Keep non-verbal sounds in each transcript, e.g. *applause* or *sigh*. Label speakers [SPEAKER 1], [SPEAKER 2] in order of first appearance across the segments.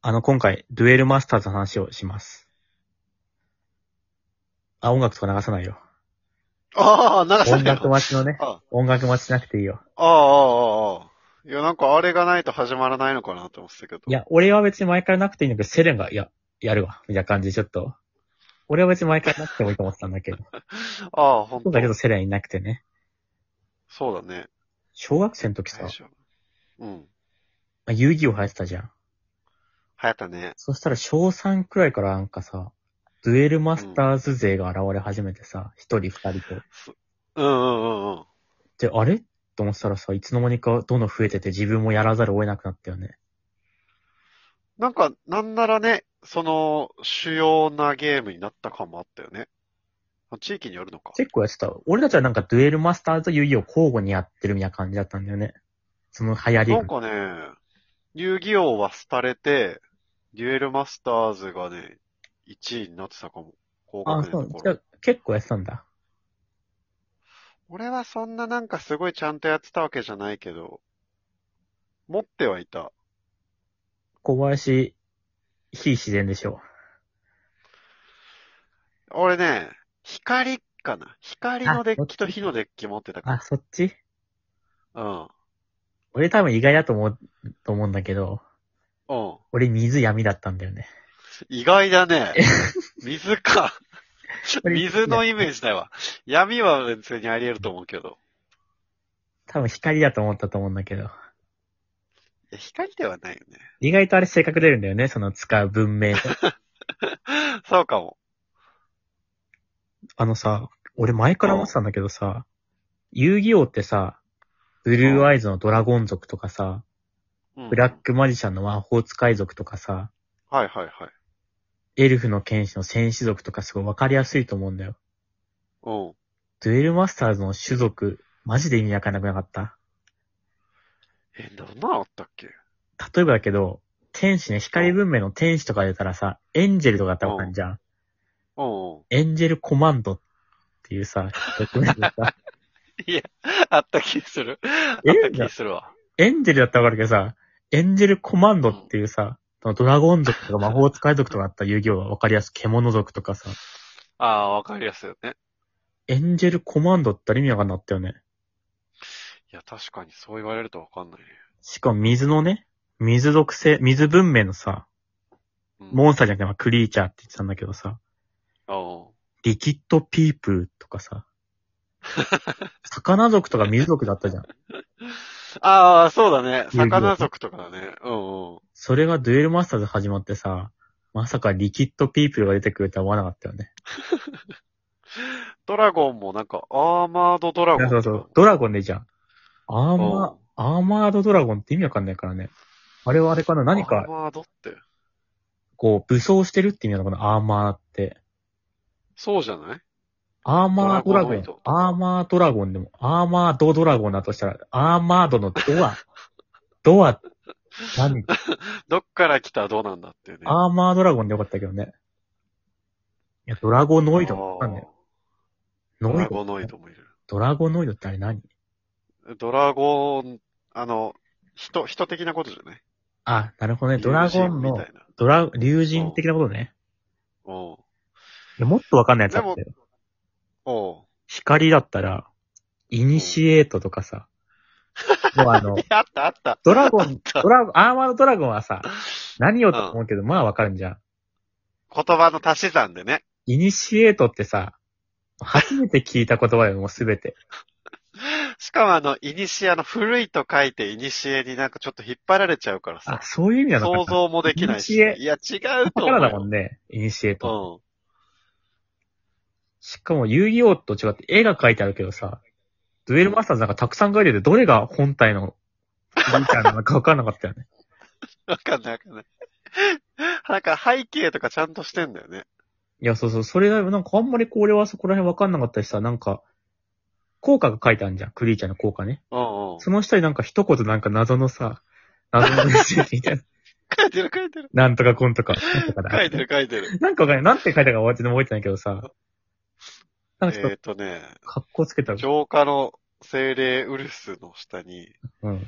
[SPEAKER 1] あの、今回、デュエルマスターズの話をします。あ、音楽とか流さないよ。
[SPEAKER 2] ああ、流さ
[SPEAKER 1] 音
[SPEAKER 2] ない
[SPEAKER 1] 楽
[SPEAKER 2] の。、
[SPEAKER 1] 待ちのね
[SPEAKER 2] あ
[SPEAKER 1] 音楽待ちしなくていいよ。
[SPEAKER 2] あ、ああ、ああ。いや、なんかあれがないと始まらないのかなって思ってたけど。
[SPEAKER 1] いや、俺は別に前からなくていいんだけど、セレンが、いや、やるわ。みたいな感じでちょっと。俺は別に前からなくてもいいと思ってたんだけど。
[SPEAKER 2] ああ、ほん
[SPEAKER 1] そ
[SPEAKER 2] と
[SPEAKER 1] うだけどセレンいなくてね。
[SPEAKER 2] そうだね。
[SPEAKER 1] 小学生の時さ
[SPEAKER 2] 最、初。うん。
[SPEAKER 1] まあ遊戯王流行ってたじゃん。
[SPEAKER 2] 流行ったね。
[SPEAKER 1] そしたら小3くらいからなんかさ、デュエルマスターズ勢が現れ始めてさ、一、人二人と。
[SPEAKER 2] うんうんうんうん。
[SPEAKER 1] で、あれと思ってたらさ、いつの間にかどんどん増えてて自分もやらざるを得なくなったよね。
[SPEAKER 2] なんか、なんならね、その、主要なゲームになった感もあったよね。地域によるのか。
[SPEAKER 1] 結構やってた。俺たちはなんかデュエルマスターズと遊戯王交互にやってるみたいな感じだったんだよね。その流行り
[SPEAKER 2] な
[SPEAKER 1] が
[SPEAKER 2] ん。かね、遊戯王は廃れて、デュエルマスターズがね、1位になってたかも。高
[SPEAKER 1] あ、
[SPEAKER 2] 学年
[SPEAKER 1] そ
[SPEAKER 2] の
[SPEAKER 1] う。
[SPEAKER 2] 頃
[SPEAKER 1] じゃあ結構やってたんだ。
[SPEAKER 2] 俺はそんななんかすごいちゃんとやってたわけじゃないけど、持ってはいた。
[SPEAKER 1] 小林、非自然でしょ
[SPEAKER 2] 俺ね、光かな。光のデッキと火のデッキ持ってた
[SPEAKER 1] う。あ、
[SPEAKER 2] か
[SPEAKER 1] そっち
[SPEAKER 2] ら。
[SPEAKER 1] 俺多分意外だと思う、と思うんだけど、
[SPEAKER 2] うん。うん。
[SPEAKER 1] 俺水闇だったんだよね。
[SPEAKER 2] 意外だね。水か。水のイメージないわ。闇は別にあり得ると思うけど。
[SPEAKER 1] 多分光だと思ったと思うんだけど。
[SPEAKER 2] いや、光ではないよね。 *laughs*
[SPEAKER 1] 意外とあれ性格出るんだよね、その使う文明が。
[SPEAKER 2] そうかも。
[SPEAKER 1] あのさ、俺前から思ってたんだけどさ、遊戯王ってさ、ブルーアイズのドラゴン族とかさ、
[SPEAKER 2] うん
[SPEAKER 1] ブラックマジシャンの魔法使い族とかさ、
[SPEAKER 2] はいはいはい。
[SPEAKER 1] エルフの剣士の戦士族とかすごいわかりやすいと思うんだよ。
[SPEAKER 2] うん。
[SPEAKER 1] デュエルマスターズの種族、マジで意味わかんなくなかった。
[SPEAKER 2] え、どんなのあったっけ
[SPEAKER 1] 例えばだけど、天使ね、光文明の天使とか出たらさ、エンジェルとかだったらわかんじゃん。
[SPEAKER 2] うんうん。
[SPEAKER 1] エンジェルコマンドっていうさ、ドキュメントでさ
[SPEAKER 2] いや、あった気する。あった気するわ。
[SPEAKER 1] エンジェルだったらわかるけどさ、エンジェルコマンドっていうさ、そのドラゴン族とか魔法使い族とかあった遊戯王がわかりやすい獣族とかさ、
[SPEAKER 2] ああ、わかりやすいよね。
[SPEAKER 1] エンジェルコマンドって意味わかんなかったよね。
[SPEAKER 2] いや、確かにそう言われるとわかんないね。
[SPEAKER 1] しかも水のね、水属性、水文明のさ、
[SPEAKER 2] うん、
[SPEAKER 1] モンスターじゃなくてまあクリーチャーって言ってたんだけどさ、
[SPEAKER 2] あ
[SPEAKER 1] リキッドピープルとか *laughs* さ、魚族とか水族だったじゃん。
[SPEAKER 2] ああ、そうだね。
[SPEAKER 1] 遊戯王
[SPEAKER 2] 魚族とかだね。うんうん。
[SPEAKER 1] それがデュエルマスターズ始まってさ、まさかリキッドピープルが出てくるとは思わなかったよね。
[SPEAKER 2] ドラゴンもなんか、アーマードドラゴン
[SPEAKER 1] そ
[SPEAKER 2] と
[SPEAKER 1] う
[SPEAKER 2] か。
[SPEAKER 1] そう、ドラゴンでいいじゃん。アー
[SPEAKER 2] うん。
[SPEAKER 1] マー、アーマードドラゴンって意味わかんないからね。あれはあれかな何
[SPEAKER 2] アー
[SPEAKER 1] か、
[SPEAKER 2] マードって。
[SPEAKER 1] こう、武装してるって意味なのかなアーマーって。
[SPEAKER 2] そうじゃない
[SPEAKER 1] アーマードラゴ
[SPEAKER 2] ドラゴン
[SPEAKER 1] ン
[SPEAKER 2] と。
[SPEAKER 1] アーマードラゴンでも、アーマードドラゴンだとしたら、アーマードのドア。ドア、何
[SPEAKER 2] どっから来たらどうなんだっていうね。
[SPEAKER 1] アーマードラゴンでよかったけどね。いや、ドラゴノイドわかんない。
[SPEAKER 2] あード
[SPEAKER 1] ノイ
[SPEAKER 2] ラ
[SPEAKER 1] ド
[SPEAKER 2] ゴノイ。ドもいる。
[SPEAKER 1] ドラゴノイドってあれ何
[SPEAKER 2] ドラゴン、あの、人、人的なことじゃない
[SPEAKER 1] あ、なるほどね。ドラゴン
[SPEAKER 2] 竜神み
[SPEAKER 1] の
[SPEAKER 2] た、いな。
[SPEAKER 1] ドラ、竜神的なことね。
[SPEAKER 2] うん。
[SPEAKER 1] いやもっとわかんないやつだったよ。
[SPEAKER 2] おう。
[SPEAKER 1] 光だったら、イニシエートとかさ、もうあ
[SPEAKER 2] *laughs*
[SPEAKER 1] の、
[SPEAKER 2] あったあった。
[SPEAKER 1] ドラゴン、
[SPEAKER 2] あった
[SPEAKER 1] ドラゴン、アーマードドラゴンはさ、何をと思うけど、まあわかるんじゃん。
[SPEAKER 2] 言葉の足し算でね。
[SPEAKER 1] イニシエートってさ、初めて聞いた言葉よ、もうすべて。
[SPEAKER 2] しかもあの、イニシアの古いと書いてイニシエになんかちょっと引っ張られちゃうから
[SPEAKER 1] あ
[SPEAKER 2] さ、。
[SPEAKER 1] そういう意味なのかな。
[SPEAKER 2] 想像もできないし。
[SPEAKER 1] イニシエ
[SPEAKER 2] いや、違う
[SPEAKER 1] カタ
[SPEAKER 2] と思う
[SPEAKER 1] カ
[SPEAKER 2] よ。
[SPEAKER 1] ナだもんね、イニシエート。
[SPEAKER 2] う
[SPEAKER 1] しかも遊戯王と違って絵が描いてあるけどさ、デュエルマスターズなんかたくさん描いてて、どれが本体の、みたいなのかわかんなかったよね。 *laughs*
[SPEAKER 2] ん。わかんないわかんない。なんか背景とかちゃんとしてんだよね。
[SPEAKER 1] いや、そうそう、それだよ。なんかあんまりこれはそこら辺わかんなかったしさ、なんか、効果が書いてあるじゃん。クリーチャーの効果ね。
[SPEAKER 2] うんうん。
[SPEAKER 1] その下になんか一言なんか謎のさ、謎のメッセージみたいな。 *laughs*
[SPEAKER 2] 書いてる書いてる。
[SPEAKER 1] なんとかこんとか。なんとかだ
[SPEAKER 2] 書いてる書いてる。
[SPEAKER 1] なんかわかんない。なんて書いたかは全然覚えてないけどさ。
[SPEAKER 2] え
[SPEAKER 1] なんかちょっ
[SPEAKER 2] ーっとね、
[SPEAKER 1] と、格好つけたら、
[SPEAKER 2] 浄化の精霊ウルスの下に、
[SPEAKER 1] うん。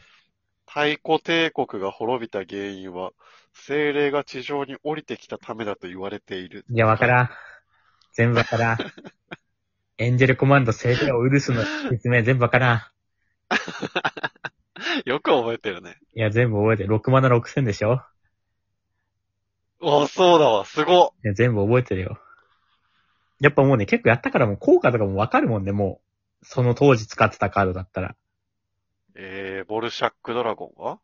[SPEAKER 2] 太古帝国が滅びた原因は、精霊が地上に降りてきたためだと言われている。
[SPEAKER 1] いや、わからん。全部わからん。エンジェルコマンド聖霊を許すの説明全部わからん。
[SPEAKER 2] *laughs* よく覚えてるね。
[SPEAKER 1] いや、全部覚えてる。6万の6000でしょ
[SPEAKER 2] あ、そうだわ、すごっ。
[SPEAKER 1] いや、全部覚えてるよ。やっぱもうね、結構やったからもう効果とかもわかるもんね、もう。その当時使ってたカードだったら。
[SPEAKER 2] えー、ボルシャックドラゴンは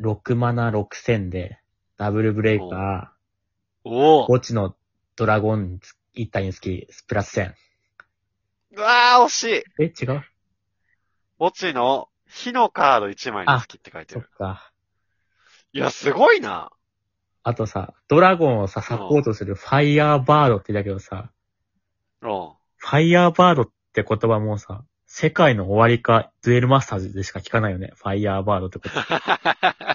[SPEAKER 1] 6マナ6000で、ダブルブレイカ
[SPEAKER 2] お
[SPEAKER 1] ー、
[SPEAKER 2] お
[SPEAKER 1] 墓地のドラゴン1体につき、プラス1000。
[SPEAKER 2] あー、惜しい
[SPEAKER 1] え、違う
[SPEAKER 2] 墓地の火のカード1枚につきって書いて
[SPEAKER 1] そっ
[SPEAKER 2] る。
[SPEAKER 1] か。
[SPEAKER 2] いや、すごいな。
[SPEAKER 1] あとさ、ドラゴンをさ、サポートするファイヤーバードってだけどさ、
[SPEAKER 2] うん。
[SPEAKER 1] ファイヤーバードって言葉もさ、世界の終わりか、デュエルマスターズでしか聞かないよね。ファイヤーバードってこと。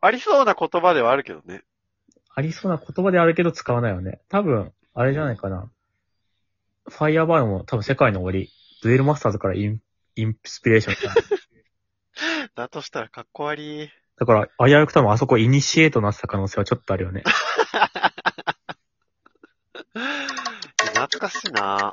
[SPEAKER 2] ありそうな言葉ではあるけどね。
[SPEAKER 1] ありそうな言葉であるけど使わないよね。多分、あれじゃないかな。ファイヤーバードも多分世界の終わり、デュエルマスターズからイン、インスピレーションした。
[SPEAKER 2] だとしたらかっこ悪い。
[SPEAKER 1] だから、危うく多分あそこイニシエートなった可能性はちょっとあるよね。
[SPEAKER 2] 懐かしいな。